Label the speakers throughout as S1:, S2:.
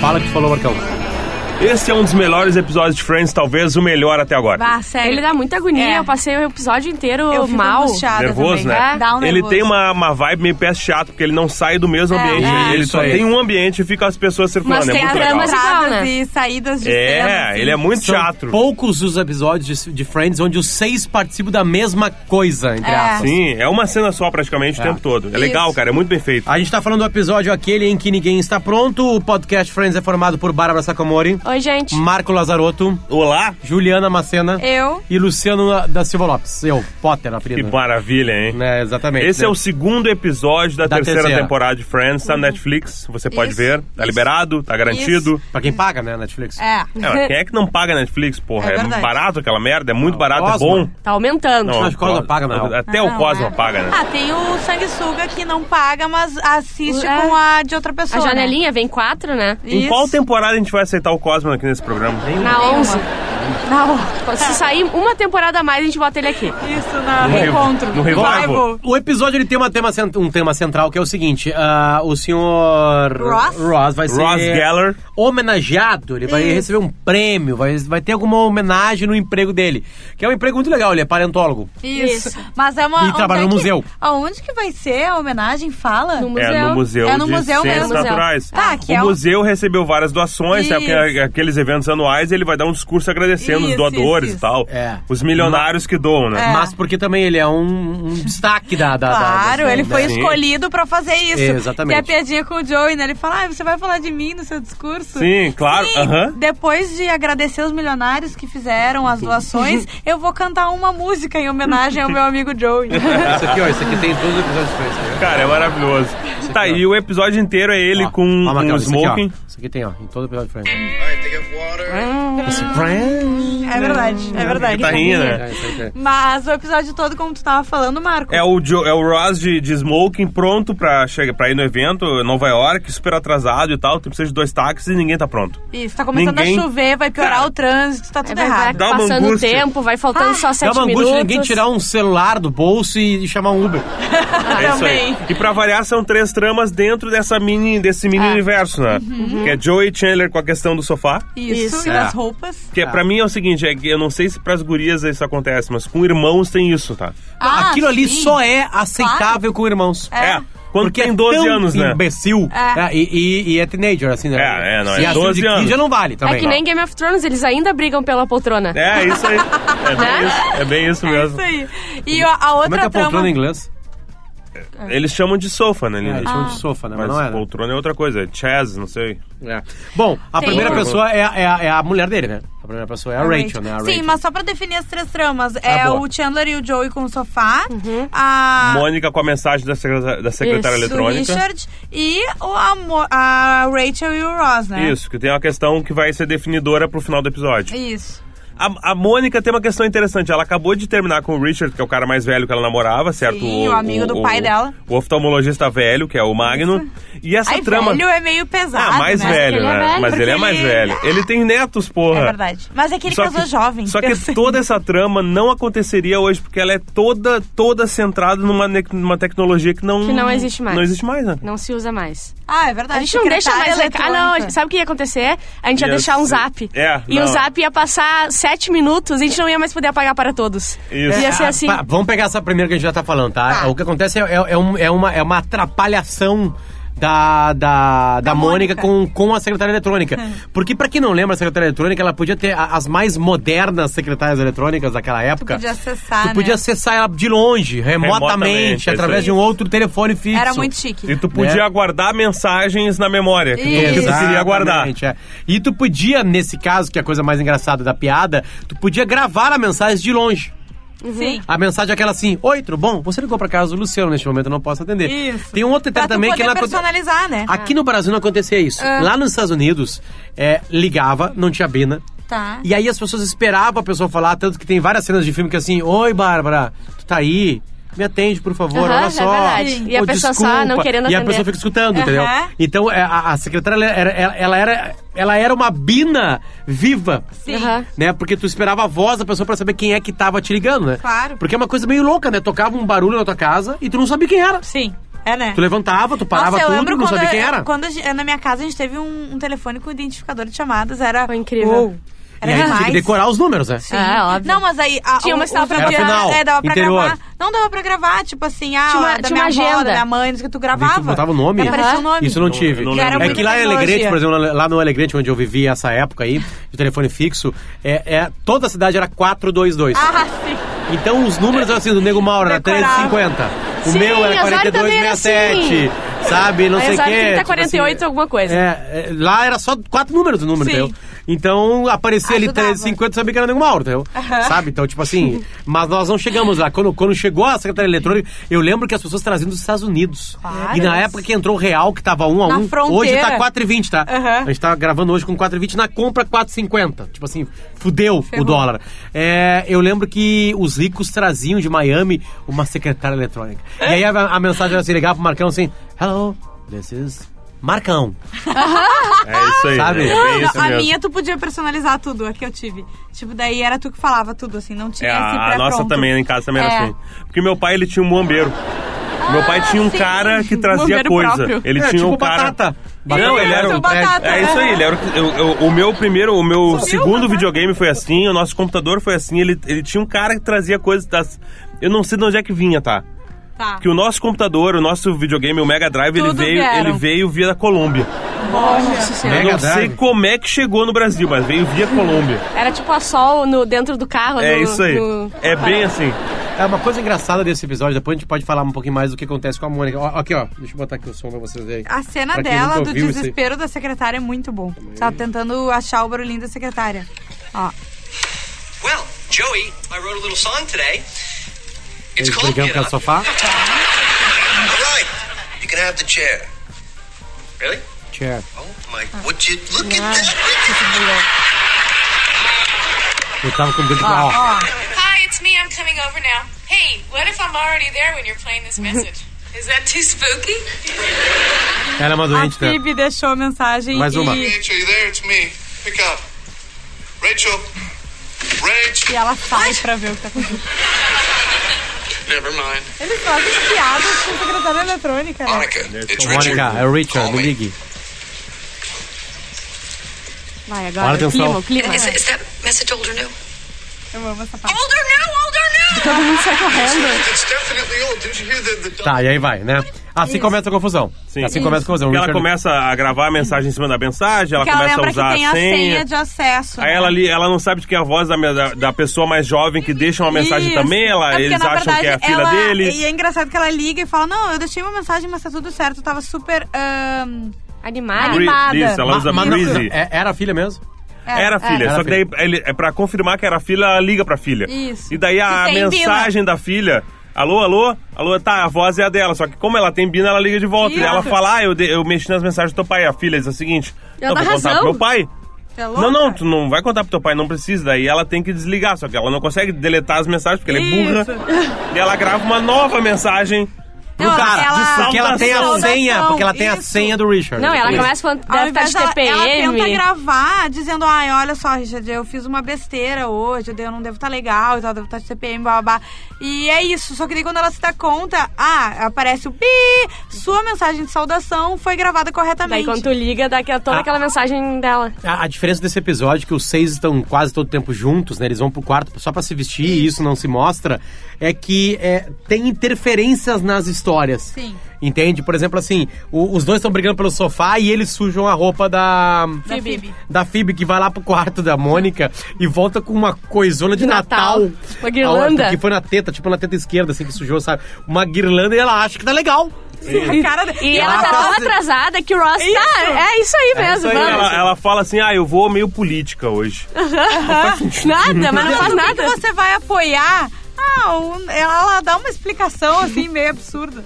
S1: Fala que falou, Marcão.
S2: Esse é um dos melhores episódios de Friends, talvez o melhor até agora.
S3: Bah, sério.
S4: Ele dá muita agonia,
S3: É.
S4: eu passei o episódio inteiro
S3: eu fico
S4: mal.
S3: angustiada
S2: Nervoso,
S3: também.
S2: né?
S3: É, um Dá um
S2: ele
S3: nervoso.
S2: tem uma, uma vibe meio pé chato, porque ele não sai do mesmo
S3: É,
S2: ambiente.
S3: é.
S2: ele
S1: Isso
S2: só
S1: aí.
S2: tem um ambiente e fica as pessoas circulando.
S4: Mas
S2: é
S4: tem
S2: muito
S4: a
S2: legal.
S4: trama de-
S3: Entradas
S4: igual, né?
S3: e saídas de cenas,
S2: É,
S3: assim.
S2: ele é muito
S1: São
S2: teatro.
S1: poucos os episódios de, de Friends onde os seis participam da mesma coisa, entre
S3: É.
S1: aspas.
S2: Sim, é uma cena só praticamente o
S1: É.
S2: tempo todo. É legal, cara, é muito bem feito.
S1: A gente tá falando do episódio aquele em que ninguém está pronto. O podcast Friends é formado por Bárbara Sacomori,
S4: Oi, gente.
S1: Marco Lazarotto,
S2: Olá!
S1: Juliana Macena
S3: Eu.
S1: e Luciano da Silva Lopes. Eu, Potter,
S2: Que
S1: apelido.
S2: maravilha, hein?
S1: né, exatamente.
S2: Esse é
S1: né?
S2: o segundo episódio da,
S1: Da
S2: terceira,
S1: terceira.
S2: temporada de Friends, tá no Netflix, você pode
S3: Uhum. Isso,
S2: ver. Tá
S3: isso.
S2: liberado, tá garantido.
S1: Pra quem paga, né, Netflix.
S3: É.
S2: É, mas quem é que não paga Netflix, porra?
S3: É
S2: É,
S3: verdade.
S2: barato aquela merda, é
S1: Ah,
S2: muito barato, é
S1: Cosmo.
S2: bom.
S4: Tá aumentando.
S1: Não, acho que o Cosmo paga, não.
S2: Até
S3: Não,
S2: o Cosmo
S3: é.
S2: paga, né?
S3: Ah, tem o sanguessuga que não paga, mas assiste
S4: É.
S3: com a de outra
S4: A
S3: pessoa.
S4: janelinha vem quatro, né?
S3: Né?
S2: Em
S3: Isso.
S2: qual temporada a gente vai aceitar o Cosmo aqui nesse programa?
S4: Na onze.
S3: Não.
S4: Se sair uma temporada a mais, a gente bota ele aqui.
S3: Isso, na
S2: No revo-
S3: reencontro.
S2: no revival.
S1: O episódio ele tem uma tema cent- um tema central que é o seguinte: ah, o senhor
S3: Ross?
S1: vai ser
S2: Ross Geller.
S1: homenageado, ele vai
S3: Isso.
S1: receber um prêmio, vai, vai ter alguma homenagem no emprego dele. Que é um emprego muito legal, ele é paleontólogo.
S3: Isso. Mas é uma.
S1: E trabalha
S3: onde
S1: no
S3: é que-
S1: museu.
S3: Aonde que vai ser a homenagem? Fala.
S4: No museu.
S2: É, no Museu
S3: É no
S2: de
S3: museu
S2: Ciências
S3: mesmo.
S2: Naturais.
S3: Tá, que
S2: o
S3: é o-
S2: museu recebeu várias doações, né, porque
S3: Isso.
S2: aqueles eventos anuais ele vai dar um discurso agradecendo
S3: Isso,
S2: os doadores
S3: isso,
S2: e tal.
S1: É.
S2: Os milionários que doam, né?
S3: É.
S1: Mas porque também ele é um, um destaque da. da- da-
S3: Claro,
S1: da-
S3: ele
S1: da-
S3: foi
S2: Sim.
S3: escolhido pra fazer isso.
S1: né? Exatamente.
S3: Que é a piadinha com o Joey, né? Ele fala, ah, você vai falar de mim no seu discurso?
S2: Sim, claro,
S3: É. Sim.
S2: aham.
S3: Depois de agradecer os milionários que fizeram as doações, eu vou cantar uma música em homenagem ao meu amigo Joey.
S1: É, Isso aqui, ó, isso aqui tem todos os episódios de Friends, tá ligado?
S2: Cara, é maravilhoso. Tá,
S1: aqui, ó.
S2: e o episódio inteiro é ele
S1: Ó,
S2: com
S1: ó, Marcão,
S2: um
S1: isso aqui, ó.
S2: smoking.
S1: Isso aqui tem, ó, em todo episódio de Friends.
S5: All right, they got water.
S1: Esse Friends.
S3: é verdade, é verdade.
S2: Guitarrinha, né?
S1: É, isso aí, cara.
S3: Mas o episódio todo, como tu tava falando, Marco.
S2: É o, Jo- é o Ross de, de smoking pronto pra, chegar, pra ir no evento, em Nova York, super atrasado e tal. Tu precisa de dois táxis e ninguém tá pronto.
S3: Isso, tá começando
S2: Ninguém-
S3: a chover, vai piorar
S2: Cara,
S3: o trânsito, tá
S4: É
S3: tudo
S4: verdade,
S3: errado. Ah.
S2: Dá uma
S4: passando o
S2: angústia.
S4: tempo, vai faltando só
S1: Dá
S4: sete
S1: uma angústia
S4: minutos.
S1: de ninguém tirar um celular do bolso e, e chamar um Uber.
S2: É isso aí.
S3: Ah, Também.
S2: E pra variar, são três tramas dentro dessa mini, desse
S3: Ah.
S2: mini universo, né?
S3: Uhum.
S2: Que é Joey e Chandler com a questão do sofá.
S3: Isso,
S4: Isso.
S3: e
S1: É.
S3: das roupas.
S2: Que é. pra mim é o seguinte, é que eu não sei se pras gurias isso acontece, mas com irmãos tem isso, tá?
S3: Ah,
S1: Aquilo ali
S3: sim.
S1: só é aceitável com irmãos.
S2: É. Quando
S1: Porque
S2: tem
S1: é
S2: 12
S1: tão
S2: anos, né?
S1: imbecil.
S3: É.
S1: É, e, e- e é teenager, assim, né?
S2: É, é, não, é
S1: Se
S2: 12
S1: de 15
S2: anos.
S1: já não vale também.
S4: É que nem Game of Thrones, eles ainda brigam pela poltrona.
S2: É, isso aí. É bem isso, é bem isso
S3: É
S2: mesmo.
S3: isso aí. E a, a outra
S1: Como é que é
S3: trama.
S1: poltrona em inglês?
S2: Eles chamam de sofa, né,
S1: É,
S2: Lina?
S1: eles chamam
S3: Ah.
S1: de sofá, né? Mas,
S2: Mas
S1: não era.
S2: poltrona é outra coisa, é chess, não sei.
S1: É. Bom, a
S3: Tem
S1: primeira
S3: um-
S1: pessoa é, a- é a- é a mulher dele, né? A primeira pessoa é a Rachel, né? A Rachel.
S3: Sim, mas só pra definir as três tramas. é
S1: boa.
S3: o Chandler e o Joey com o sofá.
S4: Uhum.
S3: A...
S2: Mônica com a mensagem da, secreta- da secretária
S4: Isso,
S3: do
S2: eletrônica.
S3: Richard e o, a, Mo- a Rachel e o Ross, né?
S2: Isso, que tem uma questão que vai ser definidora pro final do episódio.
S3: Isso.
S2: A, a Mônica tem uma questão interessante. Ela acabou de terminar com o Richard, que é o cara mais velho que ela namorava, certo?
S3: Sim, o amigo do pai dela.
S2: O oftalmologista velho, que é o Magno. E essa
S3: Aí
S2: trama.
S3: velho é meio pesado,
S2: Ah, mais
S3: né?
S2: velho,
S4: Ele é
S2: né?
S4: velho,
S2: Mas ele é
S3: porque
S2: mais
S3: ele-
S2: velho. Ele tem netos, porra.
S3: É verdade. Mas é que ele casou
S2: que,
S3: jovem. assim.
S2: Só que
S3: pensa aí.
S2: toda essa trama não aconteceria hoje, porque ela é toda, toda centrada numa, ne- numa tecnologia que não...
S4: Que não existe mais.
S2: Não existe mais, né?
S4: Não se usa mais.
S3: Ah, é verdade.
S4: A gente não deixa mais. Ah,
S3: eletrônica.
S4: não. a gente- Sabe o que ia acontecer? A gente ia
S2: Ia
S4: deixar um
S2: ser-
S4: zap.
S2: É,
S4: E
S2: não.
S4: o zap ia passar sete minutos e a gente não ia mais poder apagar para todos.
S2: Isso.
S4: Ia ser
S1: Ah,
S4: assim.
S1: pá, vamos pegar essa primeira que a gente já tá falando, tá?
S3: Tá.
S1: O que acontece é, é- é um- é uma, é uma atrapalhação da, da, da, Mônica,
S3: Mônica. Hum.
S1: com, com a secretária eletrônica. Porque, pra quem não lembra, a secretária eletrônica, ela podia ter a- as mais modernas secretárias eletrônicas daquela época.
S3: podia acessar,
S1: Tu
S3: né?
S1: podia acessar ela de longe, remotamente,
S2: Remotamente, isso
S1: através
S2: aí.
S1: de um outro telefone fixo.
S3: Era muito chique.
S2: E tu podia
S1: Né?
S2: guardar mensagens na memória, que tu- que tu queria guardar.
S1: Exatamente, é. E tu podia, nesse caso, que é a coisa mais engraçada da piada, tu podia gravar a mensagem de longe.
S3: Sim.
S1: A mensagem é aquela assim: Oi, tudo bom? Você ligou pra casa do Luciano neste momento, eu não posso atender.
S3: Isso.
S1: Tem um outro detalhe
S3: Pra tu
S1: também que
S3: poder
S1: ela.
S3: personalizar, né?
S4: Ah.
S1: Aqui no Brasil não acontecia isso. Lá nos Estados Unidos, é, ligava, não tinha bina.
S3: Tá.
S1: E aí as pessoas esperavam a pessoa falar, tanto que tem várias cenas de filme que é assim: Oi, Bárbara, tu tá aí? Me atende, por favor,
S4: Aham,
S1: olha
S4: é
S1: só.
S4: verdade. E a
S1: Ou
S4: pessoa só
S1: desculpa.
S4: não querendo
S1: E a
S4: atender.
S1: pessoa fica escutando, entendeu?
S3: Aham.
S1: Então é, a, a secretária, ela era, ela- ela era, ela era uma bina viva
S3: Sim.
S4: Aham.
S1: né? Porque tu esperava a voz da pessoa pra saber quem é que tava te ligando, né?
S3: Claro.
S1: Porque é uma coisa meio louca, né? Tocava um barulho na tua casa e tu não sabia quem era.
S3: Sim. É, né?
S1: Tu levantava, tu parava
S3: Nossa, eu
S1: tudo,
S3: lembro
S1: não
S3: quando,
S1: sabia quem
S3: eu-
S1: era.
S3: Quando a gente- na minha casa a gente teve um, um telefone com identificador de chamadas, era.
S4: Foi incrível.
S3: Uou,
S1: E
S3: era
S1: aí tu tinha que
S3: demais.
S1: decorar os números, né?
S3: Sim.
S5: É, óbvio.
S3: Não, mas aí. a-
S4: Tinha uma
S3: o-
S4: que dava
S3: o
S4: pra
S3: dia-
S4: gravar. Era
S1: final,
S3: É, dava pra
S1: interior.
S3: gravar. Não dava pra gravar, tipo assim, ah,
S4: Tinha uma-
S3: da
S4: tinha
S3: minha
S4: uma
S3: avó, da
S4: agenda.
S3: minha mãe, não sei o que tu gravava.
S1: Tem que botar o nome.
S3: Aí Aparecia o
S5: Aham.
S3: nome.
S1: Isso eu não tive.
S2: não
S3: E era
S2: lembro.
S1: é
S3: muito
S1: que lá em
S3: tecnologia.
S1: Alegrete, por exemplo, lá no Alegrete, onde eu vivi essa época aí, de telefone fixo, é, é- toda a cidade era 422.
S3: Ah, sim.
S1: Então os números eram assim, do Nego Mauro era
S3: Decorava.
S1: 350. O
S4: Sim,
S1: meu era
S3: assim.
S4: Osório também era
S1: 4267. Sabe, não
S4: Aí
S1: sei o
S4: usava
S1: quê.
S4: 30,
S1: tipo
S4: 48,
S1: assim,
S4: alguma coisa.
S1: É, é, lá era só quatro números o número,
S3: Sim.
S1: entendeu? Então aparecia ali
S3: Ajudava.
S1: 350, sabia que era o Nego Mauro, entendeu? Sabe? Então, tipo assim, mas nós não chegamos lá. Quando, quando chegou a secretária eletrônica, eu lembro que as pessoas traziam dos Estados Unidos.
S3: Claro.
S1: E na época que entrou o real, que tava um a
S3: Na
S1: um, hoje
S3: fronteira.
S1: tá 4,20, tá?
S3: Aham.
S1: A gente tá gravando hoje com 4,20 na compra 4,50. Tipo assim, fudeu o
S3: Ferrou.
S1: dólar. É, eu lembro que os ricos traziam de Miami uma secretária eletrônica. E aí a, a mensagem era assim, ligava pro Marcão assim, Hello, this is Marcão.
S2: É isso aí.
S1: Sabe?
S2: né? É
S3: Não,
S2: bem isso
S3: a
S2: mesmo.
S3: minha tu podia personalizar tudo, a que eu tive. Tipo, daí era tu que falava tudo, assim, não tinha
S2: É,
S3: esse
S2: a, a
S3: pré-pronto.
S2: nossa também, em casa também
S3: É. Ah,
S2: era assim. Porque meu pai, ele tinha um bombeiro. meu pai tinha um
S3: sim.
S2: cara que trazia
S4: Bombeiro
S2: coisa.
S4: próprio.
S2: Ele
S1: É,
S2: tinha
S1: tipo
S2: um cara...
S1: batata.
S2: Não, ele era
S3: Isso,
S2: um-
S3: batata.
S2: É isso aí, ele era o, que- eu- eu- o meu primeiro, o meu segundo videogame foi assim, o nosso computador foi assim, ele, ele tinha um cara que trazia coisas das. Eu não sei de onde é que vinha, tá?
S3: Tá.
S2: Que o nosso computador, o nosso videogame, o Mega Drive, ele
S3: Tudo
S2: veio,
S3: vieram.
S2: ele veio via da Colômbia.
S4: Nossa senhora.
S2: eu
S1: Mega
S2: não sei
S1: Drive?
S2: como é que chegou no Brasil, mas veio via Colômbia.
S4: Era tipo a sol no, dentro do carro.
S2: É
S4: no-
S2: isso aí.
S4: no-
S2: É bem assim.
S1: É uma coisa engraçada desse episódio, depois a gente pode falar um pouquinho mais do que acontece com a Mônica. Ó, aqui, ó, deixa eu botar aqui o som pra vocês verem.
S3: A cena
S1: Pra quem
S3: dela,
S1: nunca
S3: do
S1: ouviu isso aí.
S3: desespero da secretária, é muito bom. Tava tentando achar o barulhinho da secretária. Ó.
S6: Well, Joey, I wrote a little song today. It's
S1: Eles
S6: called
S1: brigando
S6: Get
S1: pelo
S6: Up. All
S1: sofá.
S6: right, you can have the chair. Really?
S1: Chair.
S6: Oh my! Would you look at that?
S1: Eu tava com o dedo... Ó,
S7: Hi, it's me. I'm coming over now. Hey, what if I'm already there when you're playing this message? Is that too spooky?
S1: ela é uma
S3: A
S1: doente, né?
S3: Phoebe deixou a mensagem
S1: Mais
S3: e...
S1: uma.
S8: Rachel, you there? It's me. Pick up. Rachel.
S3: E
S8: Rachel.
S3: ela sai pra ver o que tá acontecendo.
S8: Never mind.
S3: Eles fazem piadas com secretária eletrônica, né?
S8: Monica. It's Richard.
S1: Mônica, é o uh, Richard,
S8: Call
S1: me
S8: me.
S1: ligue.
S4: Vai,
S1: Olha,
S4: agora. O
S1: atenção.
S4: clima, o clima.
S7: Is, is that message old or new?
S3: Eu amo essa parte.
S7: Old or new? Old or new?
S4: Todo mundo sai correndo.
S8: It's definitely old. Didn't you hear the... the
S1: Tá, e aí vai, né? Assim começa a confusão.
S2: Sim.
S1: Assim começa a confusão. O
S2: Porque ela
S1: Richard-
S2: começa a gravar a mensagem em cima da mensagem, ela
S3: Porque ela
S2: começa a
S3: lembra
S2: usar
S3: que tem
S2: a senha.
S3: senha de acesso.
S2: Aí
S3: né?
S2: ela ali, ela não sabe de que é a voz da, me- da, da pessoa mais jovem que deixa uma mensagem
S3: Isso.
S2: também, ela,
S3: É porque,
S2: eles
S3: na
S2: acham que é a
S3: verdade,
S2: filha
S3: ela-
S2: dele.
S3: E é engraçado que ela liga e fala: Não, eu deixei uma mensagem, mas tá tudo certo. Eu tava super. ahn,
S4: Animado.
S2: Bre-
S3: é animada.
S2: Isso, ela
S1: Ma-
S2: usa
S1: mas não-
S2: Breezy.
S1: é- Era a filha mesmo?
S3: É,
S2: Era filha,
S1: Era
S2: só que daí ele, é pra confirmar que era filha, ela liga pra filha.
S3: Isso.
S2: E daí a
S3: E tem
S2: mensagem da filha. Alô, alô? Alô, tá, a voz é a dela, só que como ela tem bina, ela liga de volta. E
S3: Isso.
S2: ela fala, ah, eu, de- eu mexi nas mensagens do teu pai. A filha diz o seguinte, não,
S4: Ela dá
S2: vou contar
S4: razão.
S2: pro meu pai.
S3: Você é louca?
S2: Não, não, tu não vai contar pro teu pai, não precisa. Daí ela tem que desligar, só que ela não consegue deletar as mensagens, porque ela é
S3: Isso.
S2: burra. E ela grava uma nova mensagem.
S1: Pro
S3: Não,
S1: cara,
S3: ela-
S1: porque ela tem a
S3: Saudação,
S1: senha, porque ela tem a
S3: isso.
S1: senha do Richard.
S4: Não, ela
S1: Isso.
S4: começa falando
S3: Ao
S4: deve estar
S3: invés
S4: de
S3: dela- Ela tenta
S4: TPM.
S3: gravar dizendo, ai, olha só, Richard, eu fiz uma besteira hoje, eu não devo estar legal e tal, devo estar de TPM, babá. E é isso, só que daí quando ela se dá conta, ah, aparece o pi, sua mensagem de saudação foi gravada
S4: Daí
S3: corretamente.
S4: quando tu liga, dá aquela- toda
S1: Ah.
S4: aquela mensagem dela.
S1: A, a diferença desse episódio é que os seis estão quase todo tempo juntos, né? Eles vão pro quarto só pra se vestir e isso não se mostra. É que é, tem interferências nas histórias.
S3: Sim.
S1: Entende? Por exemplo, assim, o- os dois estão brigando pelo sofá e eles sujam a roupa da.
S3: Da Phoebe.
S1: Da Phoebe, que vai lá pro quarto da Mônica e volta com uma coisona de,
S4: De
S1: Natal.
S4: Natal. Uma guirlanda.
S1: Que foi na teta, tipo na teta esquerda, assim, que sujou, sabe? Uma guirlanda e ela acha que tá legal.
S3: A cara dela-
S4: E
S1: ela
S4: ela tá
S1: tá
S4: tão
S1: se-
S4: atrasada que o Ross tá. É isso aí mesmo,
S1: aí,
S4: vamos.
S2: Ela, ela fala assim, ah, eu vou meio política hoje.
S4: Nada, mas não faz
S3: Por que
S4: nada.
S3: que você vai apoiar? Ah, um- ela ela dá uma explicação assim, meio absurda.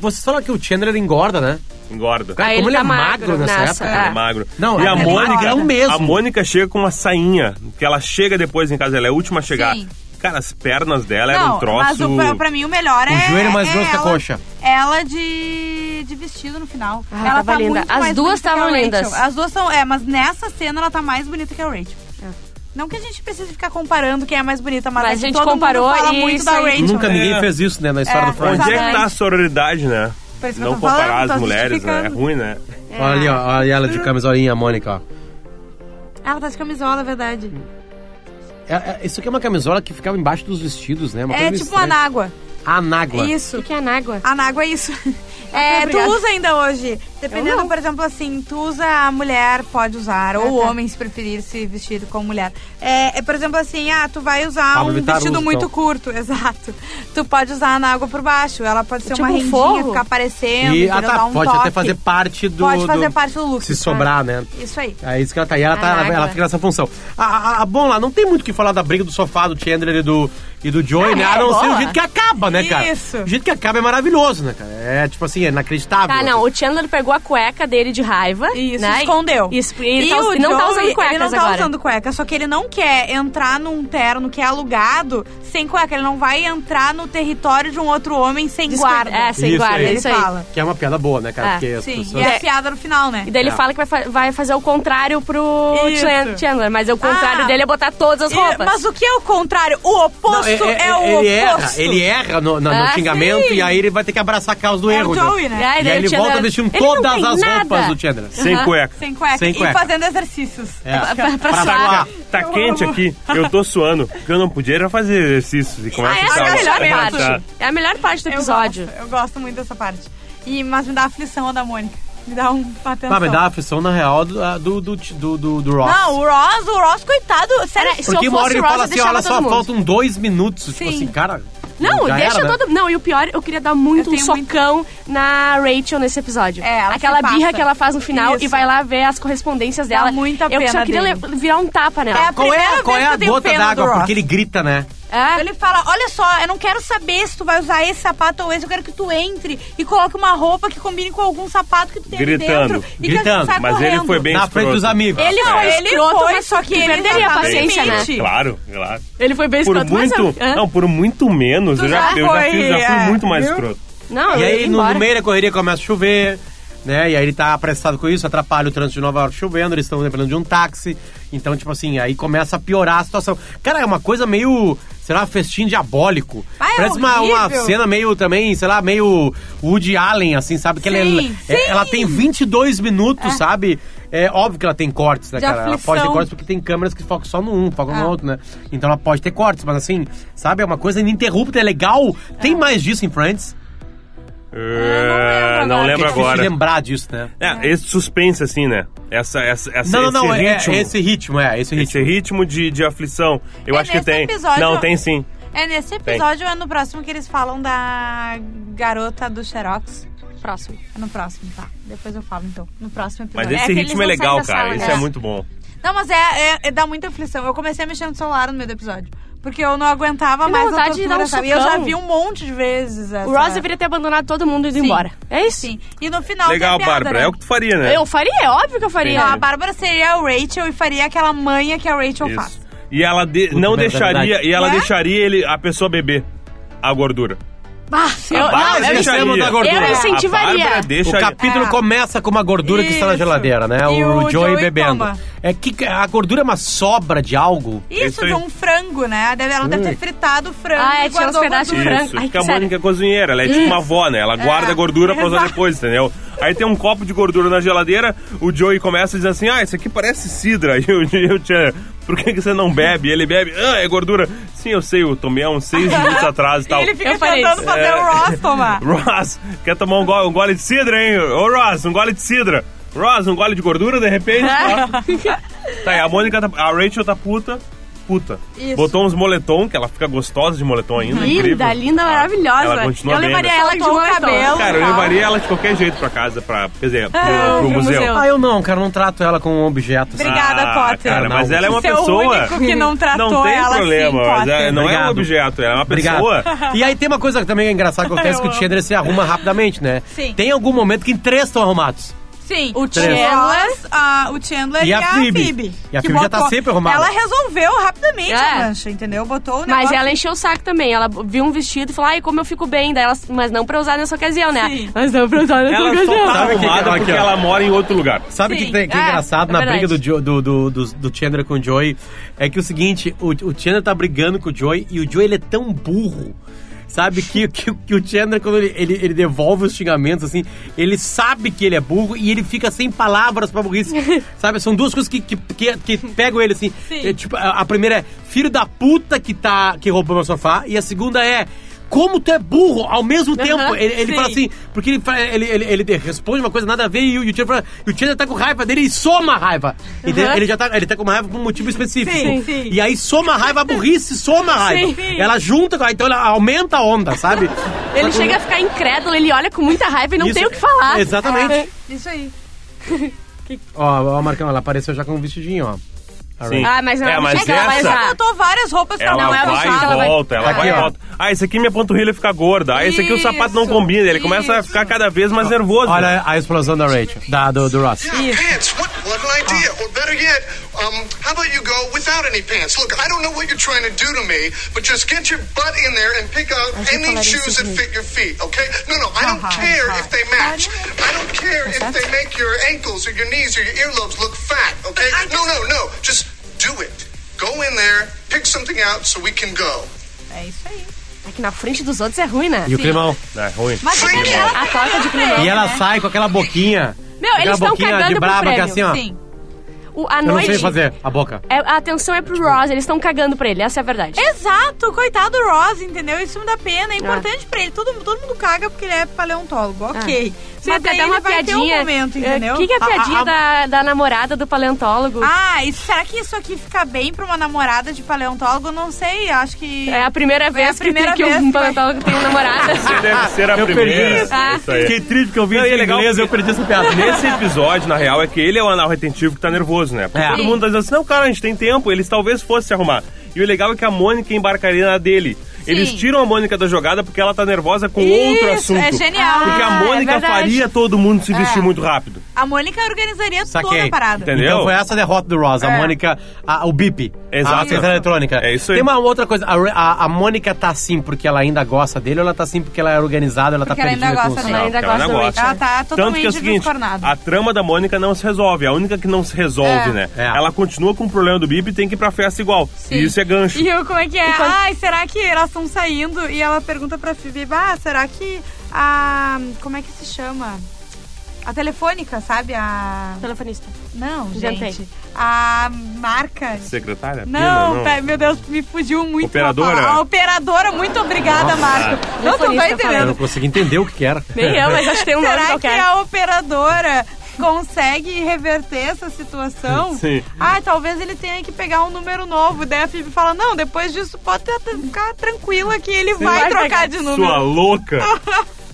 S1: Você fala que o Chandler engorda, né?
S2: Engorda.
S1: Cara,
S4: Aí
S1: como
S4: ele
S1: ele é
S4: tá magro,
S1: magro nessa
S4: nossa,
S1: época.
S4: é.
S2: É magro.
S1: Não,
S2: e
S1: é
S2: a
S1: magro,
S2: Mônica,
S1: é o mesmo.
S2: a Mônica chega com uma sainha, que ela chega depois em casa, ela é a última a chegar.
S3: Sim.
S2: Cara, as pernas dela eram um troço.
S3: mas o, pra, pra mim o melhor
S1: O
S3: é.
S1: joelho mais
S3: é
S1: grosso que a
S3: ela-
S1: coxa.
S3: Ela de, de vestido no final.
S4: Ah,
S3: ela
S4: tava
S3: tá
S4: linda.
S3: muito
S4: As
S3: mais bonita
S4: duas
S3: que a
S4: estavam
S3: Rachel.
S4: lindas.
S3: As duas são. É, mas nessa cena ela tá mais bonita que a Rachel. Não que a gente precise ficar comparando quem é mais bonita, mas,
S4: É.
S3: é
S4: Mas a
S3: que
S4: gente
S3: todo
S4: comparou
S3: mundo fala
S4: e
S3: muito
S4: isso
S3: da
S4: aí.
S3: Rachel.
S1: Nunca
S3: né?
S1: ninguém fez isso, né, na história
S3: É,
S1: do Friends.
S2: Onde é que
S4: Exatamente.
S2: tá a sororidade, né?
S3: Por isso que eu
S2: Não
S3: tô falando,
S2: comparar
S3: tô
S2: as mulheres, né? É
S3: justificando.
S2: ruim, né?
S3: É.
S1: Olha ali, ó, olha ela de camisolinha, a Mônica, ó.
S3: Ela tá de camisola, é verdade.
S1: É- é- isso aqui é uma camisola que ficava embaixo dos vestidos, né? Uma
S3: é
S1: coisa
S3: tipo uma
S1: estranha.
S3: anágua.
S1: Anágua.
S3: Isso.
S4: O que é nágua?
S3: A Anágua é isso. É, tu
S4: obrigada.
S3: usa ainda hoje.
S4: Eu
S3: Dependendo,
S4: não.
S3: por exemplo, assim, tu usa a mulher, pode usar, ou
S4: tá.
S3: homem, se preferir se vestir como mulher. É, é, por exemplo, assim, ah, tu vai usar
S1: Pablo
S3: um
S1: Vittar
S3: vestido
S1: usa,
S3: muito
S1: então.
S3: curto, exato. Tu pode usar a Anágua por baixo, ela pode ser
S4: Tipo
S3: uma
S4: um
S3: rendinha,
S4: forro?
S3: ficar aparecendo,
S1: E, ah,
S3: entendeu?
S1: tá,
S3: Dar um
S1: pode
S3: toque.
S1: até fazer parte do.
S3: Pode fazer
S1: do-
S3: parte do look.
S1: Se sobrar, né?
S3: Isso aí.
S1: É isso que ela tá. E ela, tá,
S4: Anágua.
S1: ela fica nessa função. A, a, a- bom lá, não tem muito o que falar da briga do sofá do Chandler e do, e do Joey,
S4: Ah,
S1: né?
S4: é
S1: A não ser o
S4: boa.
S1: jeito que acaba, né, cara?
S3: Isso.
S1: O jeito que acaba é maravilhoso, né, cara? É tipo assim, é inacreditável.
S3: Ah,
S4: Tá, não, o Chandler pegou a cueca dele de raiva.
S3: Isso,
S4: né?
S3: escondeu.
S4: Isso, e ele
S3: E
S4: tá,
S3: o
S4: e não tá
S3: Joey,
S4: usando cuecas
S3: Ele não tá
S4: agora.
S3: usando cueca, só que ele não quer entrar num terno que é alugado sem cueca. Ele não vai entrar no território de um outro homem sem
S4: Descuida-
S3: guarda.
S4: É, sem
S1: Isso
S4: guarda,
S1: aí.
S4: isso aí.
S3: fala.
S1: Que é uma piada boa, né, cara?
S4: É,
S1: Porque as
S3: Sim,
S1: pessoas.
S3: e é a piada no final, né?
S4: E
S1: É.
S4: daí ele fala que vai, fa- vai fazer o contrário pro
S3: Isso.
S4: Chan- Chandler, mas o contrário
S3: Ah.
S4: dele é botar todas as
S3: E-
S4: roupas.
S3: mas o que é o contrário? O oposto
S1: Não, é- é-
S3: é, o
S1: ele erra,
S3: oposto.
S1: ele erra no, na- no
S4: Ah,
S1: xingamento
S4: sim.
S1: e aí ele vai ter que abraçar a causa do
S3: É
S1: erro.
S3: o
S1: né?
S3: Joey, né?
S4: Ai,
S1: E aí
S4: daí
S1: ele
S4: o Chandler-
S1: volta vestindo
S4: ele não
S1: todas
S4: tem
S1: as
S4: nada.
S1: roupas do Chandler.
S2: Sem cueca.
S3: Sem cueca.
S1: Sem
S3: E
S1: cueca.
S3: fazendo exercícios.
S1: É.
S4: pra- pra
S1: Pra
S4: suar.
S1: suar.
S2: Tá quente aqui, eu tô suando. Porque eu não podia já fazer exercício. E
S4: Ah,
S2: começa
S4: essa é
S2: a tá?
S4: a melhor
S2: relaxar.
S4: parte. É a melhor parte do
S3: Eu
S4: episódio.
S3: gosto, Eu gosto muito dessa parte. E, mas me dá aflição a da Mônica. Me dá um atenção.
S1: Ah, mas dá uma aflição na real do, ah, do, do, do, do, do Ross.
S3: Não, o Ross, o Ross, coitado, sério.
S4: Era- se
S1: Porque
S4: eu
S1: uma hora
S4: fosse
S1: ele
S4: Ross,
S1: fala
S4: eu
S1: assim,
S4: deixava
S1: olha
S4: todo
S1: só,
S4: mundo.
S1: faltam dois minutos. Tipo
S3: Sim.
S1: assim, cara.
S4: Não,
S1: já
S4: deixa
S1: era, né?
S4: todo. Não, e o pior, eu queria dar muito
S3: Eu
S4: um
S3: tenho muito-
S4: socão na Rachel nesse episódio.
S3: É, ela se
S4: Aquela birra
S3: passa.
S4: que ela faz no final
S3: Isso.
S4: e vai lá ver as correspondências
S3: Dá
S4: dela.
S3: muita
S4: eu só
S3: pena
S4: queria
S3: dele.
S4: le- virar um tapa
S3: É
S4: nela.
S3: a
S1: Qual
S3: primeira
S1: é, qual
S3: vez
S1: é
S3: que
S1: a
S3: eu tenho
S1: gota
S3: pena do
S1: d'água?
S3: Ross.
S1: Porque ele grita, né?
S4: É.
S3: Então Ele fala, olha só, eu não quero saber se tu vai usar esse sapato ou esse, eu quero que tu entre e coloque uma roupa que combine com algum sapato que tu tem ali
S2: Gritando,
S3: dentro. E que a
S1: gritando,
S3: gente sai
S2: Mas
S3: correndo.
S2: ele foi bem
S1: Na frente
S2: escroto.
S1: dos amigos.
S4: Ele
S2: É.
S4: foi
S3: Ele
S4: escroto,
S3: foi,
S4: mas
S3: só que
S4: tu
S3: ele
S4: perderia
S3: já
S4: a
S3: tá no
S4: paciência, né?
S3: limite.
S2: Claro, claro.
S4: Ele foi bem
S2: Por
S4: escroto, mas
S2: muito.
S4: eu- Hã?
S2: Não, por muito menos. Eu já,
S3: já
S2: eu já
S3: foi,
S2: fiz, já fui
S3: é,
S2: muito mais
S3: viu?
S2: escroto.
S4: Não,
S1: E
S4: eu
S1: aí,
S4: ia
S1: no
S4: embora.
S1: meio da correria, começa a chover, né? E aí ele tá apressado com isso, atrapalha o trânsito de Nova York chovendo, eles estão dependendo de um táxi. Então, tipo assim, aí começa a piorar a situação. Cara, é uma coisa meio, sei lá, festim diabólico.
S3: Ah, é
S1: Parece uma, uma
S3: horrível.
S1: cena meio também, sei lá, meio Woody Allen, assim, sabe? Que ela, é-
S3: Sim,
S1: é-
S3: sim.
S1: ela tem 22 minutos, sabe? É óbvio que ela tem cortes, né,
S3: De
S1: cara? Ela
S3: aflição.
S1: pode ter cortes porque tem câmeras que focam só no um, focam no
S3: Ah.
S1: outro, né? Então ela pode ter cortes, mas assim, sabe? É uma coisa ininterrupta, é legal. Tem mais disso em Friends?
S3: Ah,
S2: É, Não
S3: não lembro
S2: lembro
S1: É difícil
S2: agora.
S1: lembrar disso, né?
S2: É, esse suspense, assim, né? Essa, essa, essa,
S1: não, não,
S2: esse
S1: não, é-
S2: ritmo.
S1: é esse ritmo, é, esse ritmo.
S2: Esse ritmo de, de aflição. Eu
S3: É
S2: acho que
S3: nesse
S2: tem.
S3: episódio-
S2: Não, tem sim.
S3: É nesse episódio ou é no próximo que eles falam da garota do Xerox?
S4: Próximo.
S3: É no próximo, tá. Depois eu falo, então. No próximo
S2: Mas
S3: episódio.
S4: É
S2: esse
S4: que eles
S2: ritmo é
S4: não saem
S2: legal,
S4: da
S2: cara.
S4: sala,
S2: Isso
S4: né?
S2: é muito bom.
S3: Não, mas é, é- é- dá muita aflição. Eu comecei a mexer no celular no meio do episódio. Porque eu não aguentava
S4: E dá
S3: mais a
S4: vontade de
S3: tortura,
S4: dar um
S3: sabe? E eu já
S4: socão.
S3: vi um monte de vezes essa...
S4: O Ross deveria ter abandonado todo mundo e ido
S3: Sim.
S4: embora. É isso?
S3: Sim. E no final
S2: Legal,
S3: tem a piada,
S2: Bárbara.
S3: né?
S2: É o que tu faria, né?
S4: Eu faria, é óbvio que eu faria.
S3: Não, a Bárbara seria a Rachel e faria aquela manha que a Rachel faz.
S2: Isso. E ela de-
S1: Puta
S2: não
S1: merda,
S2: deixaria,
S1: verdade.
S2: e ela
S3: É?
S2: deixaria ele, a pessoa beber a gordura.
S4: Ah, eu,
S2: A Bárbara
S4: não, eu,
S1: deixaria.
S4: eu,
S1: da gordura.
S4: eu
S2: A
S4: incentivaria.
S2: Bárbara
S1: O
S2: deixa
S1: capítulo
S3: É.
S1: começa com uma gordura que está na
S3: Isso.
S1: geladeira, né?
S3: E
S1: o,
S3: o
S1: Joey,
S3: Joey
S1: bebendo.
S3: toma.
S1: É que a gordura é uma sobra de algo.
S3: Isso
S2: Isso aí.
S3: de um frango, né? Ela deve, ela deve ter fritado o frango
S4: Ah, é,
S3: e
S4: tinha
S3: guardou
S4: uns pedaços de
S3: gordura.
S4: frango.
S2: Isso,
S4: Ai,
S2: fica a
S4: sério.
S2: Mônica cozinheira, ela é tipo uma avó, né? Ela guarda a gordura pra usar
S3: exato.
S2: depois, entendeu? Aí tem um copo de gordura na geladeira, o Joey começa a dizer assim, ah, isso aqui parece sidra. E eu, eu tinha, por que, que você não bebe? E ele bebe, ah, é gordura. Sim, eu sei, eu tomei há uns seis minutos atrás e tal.
S3: E ele fica
S4: Eu falei
S3: tentando
S4: isso.
S3: fazer
S2: É.
S3: o Ross tomar.
S2: Ross, quer tomar um gole, um gole de cidra, hein? Ô, Ross, um gole de cidra. Ross, um gole de gordura, de repente. Tá, tá e a Mônica, tá, a Rachel tá puta. Puta.
S3: Isso.
S2: Botou uns moletom, que ela fica gostosa de moletom ainda.
S4: Linda,
S2: incrível.
S4: linda,
S2: Ela-
S4: maravilhosa.
S2: Ela continua
S4: eu
S2: bem,
S4: levaria
S2: né?
S4: ela de
S3: Ela com o
S4: moletom.
S3: cabelo.
S2: Cara, eu levaria ela de qualquer jeito pra casa, pra, quer dizer, pro, pro
S4: pro
S2: museu.
S4: museu.
S1: Ah, eu não, cara, não trato ela como um objeto. sabe?
S3: Obrigada,
S2: Ah,
S3: Potter.
S2: Cara, mas
S1: Não.
S2: ela é uma
S3: Você é o
S2: pessoa.
S3: único que não tratou
S2: não tem
S3: ela assim,
S2: problema, mas
S3: Potter.
S2: ela não é
S1: Obrigado.
S2: um objeto, ela é uma
S1: Obrigado.
S2: pessoa.
S1: E aí tem uma coisa que também é engraçada que acontece, que o
S3: amo.
S1: Chandler se arruma rapidamente, né?
S3: Sim.
S1: Tem algum momento que em três estão arrumados.
S3: Sim.
S4: O
S3: O
S1: Três.
S3: Ross, a- o Chandler e,
S1: E a Phoebe. E a
S3: que
S1: Phoebe já tá
S3: botou-
S1: sempre arrumada.
S3: Ela resolveu rapidamente
S4: É.
S3: a mancha, entendeu? Botou o um negócio.
S4: Mas ela encheu o saco também. Ela viu um vestido e falou, ai, como eu fico bem. Daí ela, mas não pra usar nessa ocasião, né?
S3: Sim.
S4: Mas não pra usar nessa
S2: Ela
S4: ocasião.
S2: só tá
S1: Sabe o que que
S2: arrumada
S1: ela-
S2: porque
S1: aqui, ó.
S2: ela mora em outro lugar.
S1: Sabe o
S3: Sim.
S1: que, tem- que é
S4: É,
S1: engraçado
S4: é
S1: na
S4: verdade.
S1: briga do, Jo- do, do, do, do Chandler com o Joey? É que o seguinte, o, o Chandler tá brigando com o Joey e o Joey ele é tão é burro. sabe que, que, que o Chandler, quando ele, ele, ele devolve os xingamentos, assim, ele sabe que ele é burro e ele fica sem palavras pra burrice. sabe? São duas coisas que, que, que, que pegam ele, assim. É, tipo, a, a primeira é filho da puta que, tá, que roubou meu sofá, e a segunda é. Como tu é burro ao mesmo tempo? Ele, ele
S3: sim.
S1: fala assim, porque ele, fala- ele, ele, ele responde uma coisa nada a ver e o, e o Chandler fala- e o Chandler tá com raiva dele e soma a raiva. Entendeu? Ele já tá, ele tá com uma raiva por um motivo específico.
S3: Sim, sim.
S1: E aí soma a raiva, a burrice soma a raiva.
S3: Sim, sim.
S1: Ela junta, com a- então ela aumenta a onda, sabe?
S4: Ele chega a ficar incrédulo, ele olha com muita raiva e não
S1: Isso-
S4: tem o que falar. É.
S1: Exatamente.
S3: Isso aí.
S1: Ó, ó, Marcão, ela apareceu já com um vestidinho, ó.
S2: Sim.
S4: Ah, mas não,
S2: É, mas
S4: é que ela vai
S2: essa-
S4: usar.
S3: Botou várias roupas pra
S2: Ela
S4: Não,
S3: é ela
S4: ela
S2: vai
S4: vai-
S2: e
S4: ela vai-
S2: volta, ela
S1: Aqui,
S2: vai e
S1: ó.
S2: volta. Ah, esse aqui minha panturrilha fica gorda. Ah, esse aqui o sapato não
S3: Isso,
S2: combina. Ele começa a ficar cada vez mais nervoso.
S1: Olha a explosão da Rachel, da, do, do Ross.
S8: Yeah, pants. What? What an idea. Or better yet, um, how about you go without any pants? Look, I don't know what you're trying to do to me, but just get your butt in there and pick out any shoes that fit your feet. Okay? No, no, I don't care if they match. I don't care if they make your ankles or your knees or your earlobes look fat. Okay? No, no, no. Just do it. Go in there, pick something out, so we can go.
S3: É isso aí.
S4: É que na frente dos outros é ruim, né?
S1: E o climão.
S2: É ruim.
S3: Mas a Daniela
S4: A torta de climão.
S1: E ela sai com aquela boquinha.
S4: Meu,
S1: aquela
S4: eles tão
S1: boquinha
S4: cagando
S1: de
S4: pro
S1: braba que é
S4: prêmio.
S1: assim, ó.
S3: Sim.
S4: O- a
S1: Eu não
S4: noite.
S1: sei fazer a boca.
S4: É, a atenção é pro Ross, eles estão cagando pra ele, essa é a verdade.
S3: Exato, coitado do Ross, entendeu? Isso me dá pena, é importante pra ele. Todo, todo mundo caga porque ele é paleontólogo, ok.
S4: Sim,
S3: Mas
S4: tem
S3: daí
S4: até
S3: ele
S4: uma
S3: vai ter
S4: piadinha.
S3: um momento, entendeu?
S4: O que, que é a
S1: A- a-
S4: piadinha
S1: a-
S4: Da, da namorada do paleontólogo?
S3: Ah, isso, será que isso aqui fica bem pra uma namorada de paleontólogo? Eu Não sei, acho que...
S4: é a primeira vez
S3: primeira
S4: que, tem-
S3: vez
S4: que um
S3: que vai-
S4: paleontólogo tem uma namorada.
S2: Deve ser a
S1: Eu perdi
S2: primeira.
S1: isso.
S2: É isso aí.
S1: Fiquei triste que eu vi
S2: Não,
S1: isso
S2: e é
S1: em
S2: legal
S1: inglês e eu
S2: porque-
S1: perdi essa piada.
S2: Nesse episódio, na real, é que ele é o anal retentivo que tá nervoso, né? Porque
S1: É.
S2: todo
S1: Sim.
S2: mundo tá dizendo assim, não, cara, a gente tem tempo, eles talvez fossem se arrumar. E o legal é que a Mônica embarcaria na dele. Eles tiram a Mônica da jogada porque ela tá nervosa com outro
S3: Isso,
S2: assunto.
S3: é genial.
S2: Porque a
S4: Ah, é
S2: Mônica
S4: verdade.
S2: faria todo mundo se vestir muito rápido.
S3: A Mônica organizaria toda
S1: Saquei.
S3: a parada.
S2: Entendeu?
S1: Então foi essa a derrota do Ross, a
S3: É.
S1: Mônica, a- o BIP,
S2: Exato.
S1: a secretária eletrônica.
S2: É isso aí.
S1: Tem uma outra coisa, a, Ra- a, a Mônica tá assim porque ela ainda gosta dele ou ela tá assim porque ela é organizada, ela
S3: Porque
S1: tá
S3: ela
S1: perdida
S3: ainda
S1: com o
S3: gosta
S1: sinal?
S4: dele. ainda
S2: Porque ela
S4: gosta
S2: não
S4: do
S2: gosta.
S3: Ela tá
S2: Tanto que é o
S3: totalmente
S2: seguinte,
S3: descornada.
S2: a trama da Mônica não se resolve. A única que não se resolve,
S3: É.
S2: né?
S1: É.
S2: Ela continua com o problema do Bip e tem que ir pra festa igual. E isso é gancho.
S3: E eu, como é que é? Ai, será que elas estão saindo? E ela pergunta pra Phoebe, ah, será que a... como é que se chama? A telefônica, sabe? A...
S4: Telefonista.
S3: Não,
S4: Já
S3: gente.
S4: tem.
S3: A marca...
S2: Secretária? Pina,
S3: Não, pe- meu Deus, me fugiu muito.
S2: Operadora?
S3: A, a operadora, muito obrigada, Marco. Não, tu vai
S4: Telefonista
S1: Eu não
S3: entendendo.
S1: consegui entender o que que era.
S3: É
S4: Nem eu, mas acho que tem um nome
S3: Será que é
S1: é.
S4: qualquer.
S3: a operadora consegue reverter essa situação?
S2: Sim.
S3: Ah, talvez ele tenha que pegar um número novo. Daí a Phoebe fala, não, depois disso pode ter- ficar tranquila que ele vai,
S4: vai
S3: trocar
S4: pegar.
S3: de
S2: Sua
S3: número. Ah,
S2: louca!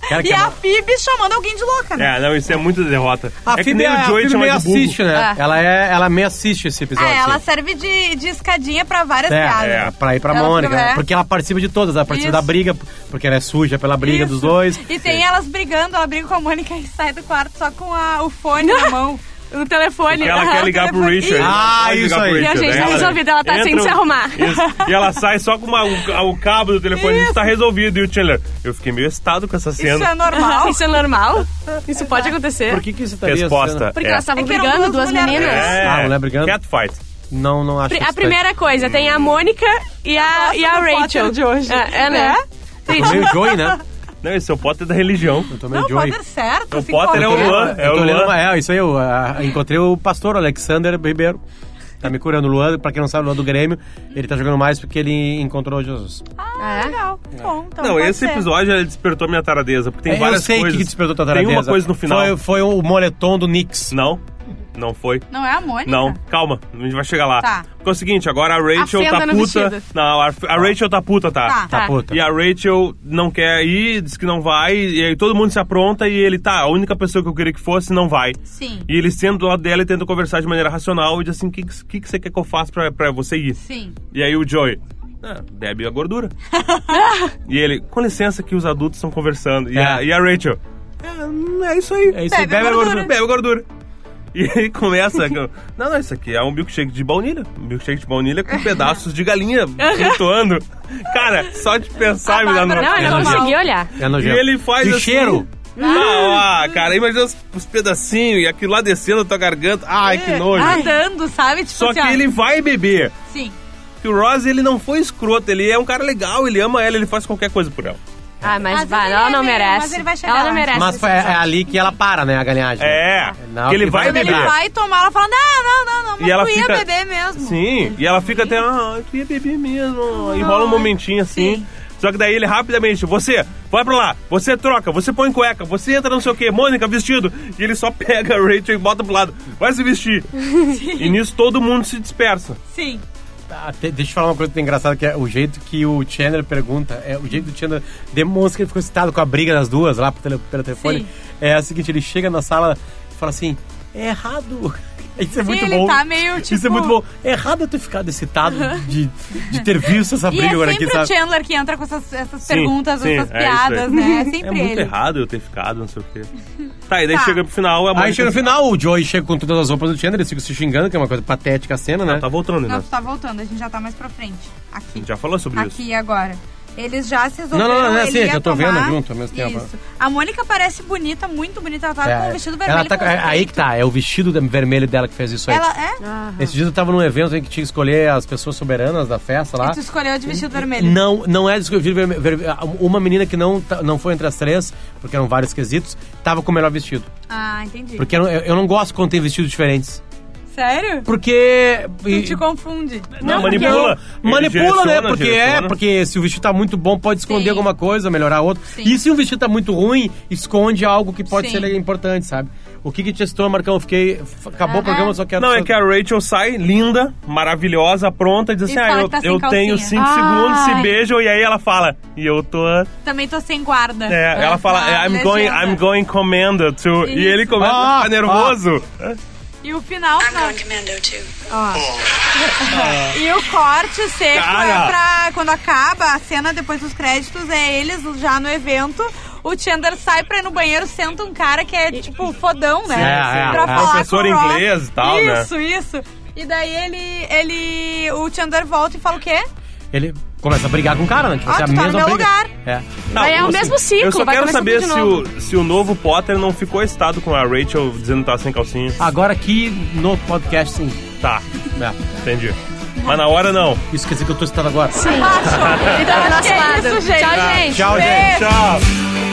S1: Cara, que é
S3: E a Phoebe chamando alguém de louca, né?
S2: É, não, isso é muita derrota.
S1: A
S2: é que
S1: Phoebe,
S2: nem
S1: é- a
S2: o Joey
S1: Phoebe
S2: chama
S1: meio
S2: de burro.
S1: assiste, né?
S4: É.
S1: Ela, é, ela meio assiste esse episódio.
S3: Ah, ela
S1: assim.
S3: serve de, de escadinha pra várias piadas.
S1: É, pra ir pra
S3: Ela
S1: Mônica.
S3: fica- é.
S1: Porque ela participa de todas. Ela participa
S3: Isso.
S1: da briga, porque ela é suja pela briga
S3: Isso.
S1: dos dois.
S3: E tem elas brigando, ela briga com a Mônica e sai do quarto só com a- o fone na mão.
S4: No Um telefone.
S2: Porque ela quer ligar pro Richard.
S1: Ah,
S2: Ela pode
S1: isso
S2: ligar pro
S1: aí. E a
S2: Richard,
S4: né? gente
S2: né? um-
S4: tá resolvido, ela tá sem se arrumar.
S2: Isso. E ela sai só com uma- o, o cabo do telefone, isso tá resolvido. E o Chandler, eu fiquei meio excitado com essa cena.
S3: Isso é normal.
S4: Isso é normal? Isso pode acontecer?
S1: Por que, que isso tá
S2: Resposta.
S4: Porque
S2: é.
S4: elas estavam
S3: É que eram
S4: brigando,
S3: duas
S4: duas
S3: mulheres.
S4: meninas.
S2: É.
S1: Ah, mulher brigando?
S2: Catfight.
S1: Não, não acho
S4: Pri-
S1: isso tá-
S4: A
S1: aí.
S4: primeira coisa, tem a Mônica e a, e
S3: Nossa,
S4: a
S3: do
S4: Rachel.
S3: Potter de hoje.
S4: É, é, né?
S1: Eu Tomei o Joey, né?
S2: Não, esse é o Potter da religião.
S1: Eu tomei
S3: Não,
S1: o Joey.
S3: pode ser certo.
S2: O
S3: se
S2: Potter é o
S3: qualquer-
S2: Luan. É
S1: eu
S2: o
S1: tô lendo,
S2: Luan.
S1: é, isso aí. Eu ah, encontrei o pastor Alexander Ribeiro. Tá me curando. O Luan, pra quem não sabe, o Luan do Grêmio. Ele tá jogando mais porque ele encontrou Jesus.
S3: Ah, legal. Bom, então
S2: Não,
S3: pode
S2: esse
S3: ser.
S2: episódio ele despertou minha taradeza, porque tem
S1: É, eu
S2: várias
S1: sei o
S2: coisas.
S1: que que despertou tua
S2: Tem uma
S1: taradeza.
S2: coisa no final.
S1: Foi, foi o moletom do Knicks.
S2: Não, não foi.
S3: Não é a Mônica?
S2: Não, calma, a gente vai chegar lá.
S3: Tá.
S2: Porque é o seguinte, agora a Rachel
S4: A
S2: tá
S4: fenda no
S2: puta.
S4: vestido.
S2: Não, a, a Rachel tá puta, tá?
S3: Tá.
S1: Tá,
S4: Tá.
S1: puta.
S2: E a Rachel não quer ir, diz que não vai, e aí todo mundo se apronta e ele tá, a única pessoa que eu queria que fosse não vai.
S3: Sim.
S2: E ele senta do lado dela e tenta conversar de maneira racional e diz assim: o que, que, que você quer que eu faça pra, pra você ir?
S3: Sim.
S2: E aí o Joey. Ah, bebe a gordura. e ele, com licença que os adultos estão conversando. E, a,
S1: É.
S2: e a Rachel. "Ah, É isso aí.
S1: É isso aí,
S3: Bebe a
S2: a
S3: gordura.
S2: Bebe a gordura. E aí começa. com- não, não, isso aqui é um milkshake de baunilha. Um milkshake de baunilha com pedaços de galinha flutuando. Cara, só de pensar me dá no...
S3: Bárbara
S4: Não, eu não
S1: Ela-
S4: consegui olhar.
S1: É
S2: E
S1: nojento.
S2: ele faz
S1: E o
S2: assim-
S1: cheiro.
S2: Ah, ah, cara, imagina os, os pedacinhos e aquilo lá descendo na tua garganta. Ai,
S3: É.
S2: que nojo.
S3: Nadando, sabe? Tipo
S2: Só
S3: assim,
S2: que
S3: ó.
S2: ele vai beber.
S3: Sim.
S2: que o Ross ele não foi escroto, ele é um cara legal, ele ama ela, ele faz qualquer coisa por ela.
S4: Ah, mas
S3: Mas
S4: vai,
S3: ele
S4: ela
S3: é
S4: não
S3: mesmo,
S4: merece.
S3: mas ele vai chegar
S4: ela
S3: lá.
S4: não merece.
S1: Mas foi, é, é ali que ela para, né, a galinhagem.
S2: É,
S1: Não,
S2: que ele
S1: que
S2: vai
S1: vai
S3: Ele
S2: beber.
S1: lembrar.
S3: vai tomar, ela fala, não, não, não, não, mas
S2: E ela
S3: tu ia
S2: fica-
S3: beber mesmo.
S2: Sim, e ela fica até, ah, eu queria beber mesmo. E rola um momentinho assim.
S3: Sim.
S2: Só que daí ele rapidamente, você, vai pra lá, você troca, você põe cueca, você entra não sei o que, Mônica, vestido. E ele só pega a Rachel e bota pro lado, vai se vestir. E nisso todo mundo se dispersa.
S3: Sim.
S1: Ah, te- deixa eu falar uma coisa que é engraçada, que é o jeito que o Chandler pergunta, é, o jeito que o Chandler demonstra que ele ficou excitado com a briga das duas lá por tele- pelo telefone.
S3: Sim.
S1: É o seguinte, ele chega na sala e fala assim, é errado. Isso é muito
S3: ele
S1: bom.
S3: tá meio, tipo-
S1: Isso é muito bom. É errado eu ter ficado excitado de, de ter visto essa
S3: E
S1: briga agora
S3: é
S1: aqui,
S3: sempre o
S1: sabe?
S3: Chandler que entra com essas, essas
S2: Sim,
S3: perguntas,
S2: sim,
S3: essas
S2: é isso aí.
S3: piadas, né? É sempre
S2: É muito
S3: ele.
S2: errado eu ter ficado, não sei o que. Tá, e daí
S3: Tá.
S2: chega pro final, a Mônica...
S1: Aí chega no final, o Joey chega com todas as roupas do Chandler, eles ficam se xingando, que é uma coisa patética a cena, né?
S2: Tá voltando,
S3: Não, Tá
S2: né?
S3: tu tá voltando, a gente já tá mais pra frente.
S2: A
S3: Aqui.
S2: gente já falou sobre isso.
S3: Aqui e agora. Eles já se resolveram.
S1: Não, não, não, é
S3: ele
S1: assim, é
S3: ia
S1: que eu tô
S3: tomar-
S1: vendo junto ao mesmo tempo.
S3: Isso. A Mônica parece bonita, muito bonita. Ela tá
S1: É,
S3: com um vestido vermelho.
S1: ela tá,
S3: com
S1: é, aí que tá, é o vestido de- vermelho dela que fez isso aí.
S3: Ela é?
S1: Esse dia eu tava num evento em que tinha que escolher as pessoas soberanas da festa lá.
S3: E É tu escolheu de vestido vermelho.
S1: Ah. Não, não é discutível. verme- verme- Uma menina que não, tá- não foi entre as três, porque eram vários quesitos, tava com o melhor vestido.
S3: Ah, entendi.
S1: Porque eu, eu não gosto quando tem vestidos diferentes.
S3: Sério?
S1: Porque.
S3: Tu te confunde.
S2: Não, manipula. Ele
S1: Manipula, né?
S2: direciona,
S1: Porque é,
S2: direciona.
S1: porque se o vestido tá muito bom, pode esconder
S3: Sim.
S1: alguma coisa, melhorar outro.
S3: Sim.
S1: E se o vestido tá muito ruim, esconde algo que pode
S3: Sim.
S1: ser importante, sabe? O que que te estou, Marcão? Eu fiquei. f- Acabou o programa, eu só quero.
S2: Não,
S1: só...
S2: é que a Rachel sai linda, maravilhosa, pronta, e diz assim:
S3: E fala
S2: Ah, eu,
S3: que tá sem
S2: eu
S3: calcinha."
S2: tenho cinco
S3: Ai.
S2: segundos, se beijam, e aí ela fala, e eu tô. É,
S3: Também tô sem guarda.
S1: É,
S2: ela fala,
S3: Ah,
S2: I'm
S3: legenda.
S2: going, I'm going commando to. E
S3: Isso.
S2: ele começa a
S1: Ah,
S2: ficar nervoso.
S3: E o final,
S7: I'm
S3: não.
S7: going commando too.
S3: E o corte seco
S2: Cara.
S3: é pra. Quando acaba a cena depois dos créditos, é eles já no evento. O Chandler sai pra ir no banheiro, senta um cara que é tipo fodão, né?
S1: Sim, sim.
S3: pra
S1: É,
S3: falar
S2: professor
S3: com o Ross.
S2: um inglês e tal, né?
S3: Isso, isso. E daí ele. ele. O Chandler volta e fala o quê?
S1: Ele começa a brigar com o cara, né? Tipo,
S3: Ah,
S1: assim, a
S3: tu tá no
S1: mesma
S3: meu
S1: briga.
S3: lugar.
S1: É.
S2: Não,
S4: Vai, é o
S2: assim,
S4: mesmo ciclo,
S2: Eu só
S4: vai
S2: quero
S4: começar
S2: saber
S4: tudo de
S2: se
S4: novo.
S2: o, se o novo Potter não ficou excitado com a Rachel dizendo que tá sem calcinha.
S1: Agora aqui no podcast, sim.
S2: Tá,
S1: É.
S2: entendi. Mas na hora não.
S1: Isso quer dizer que eu tô citando agora.
S4: Sim. Então, é nosso
S3: que é
S4: lado.
S3: isso, gente.
S4: Tchau, gente.
S1: Tchau, gente.
S2: Tchau.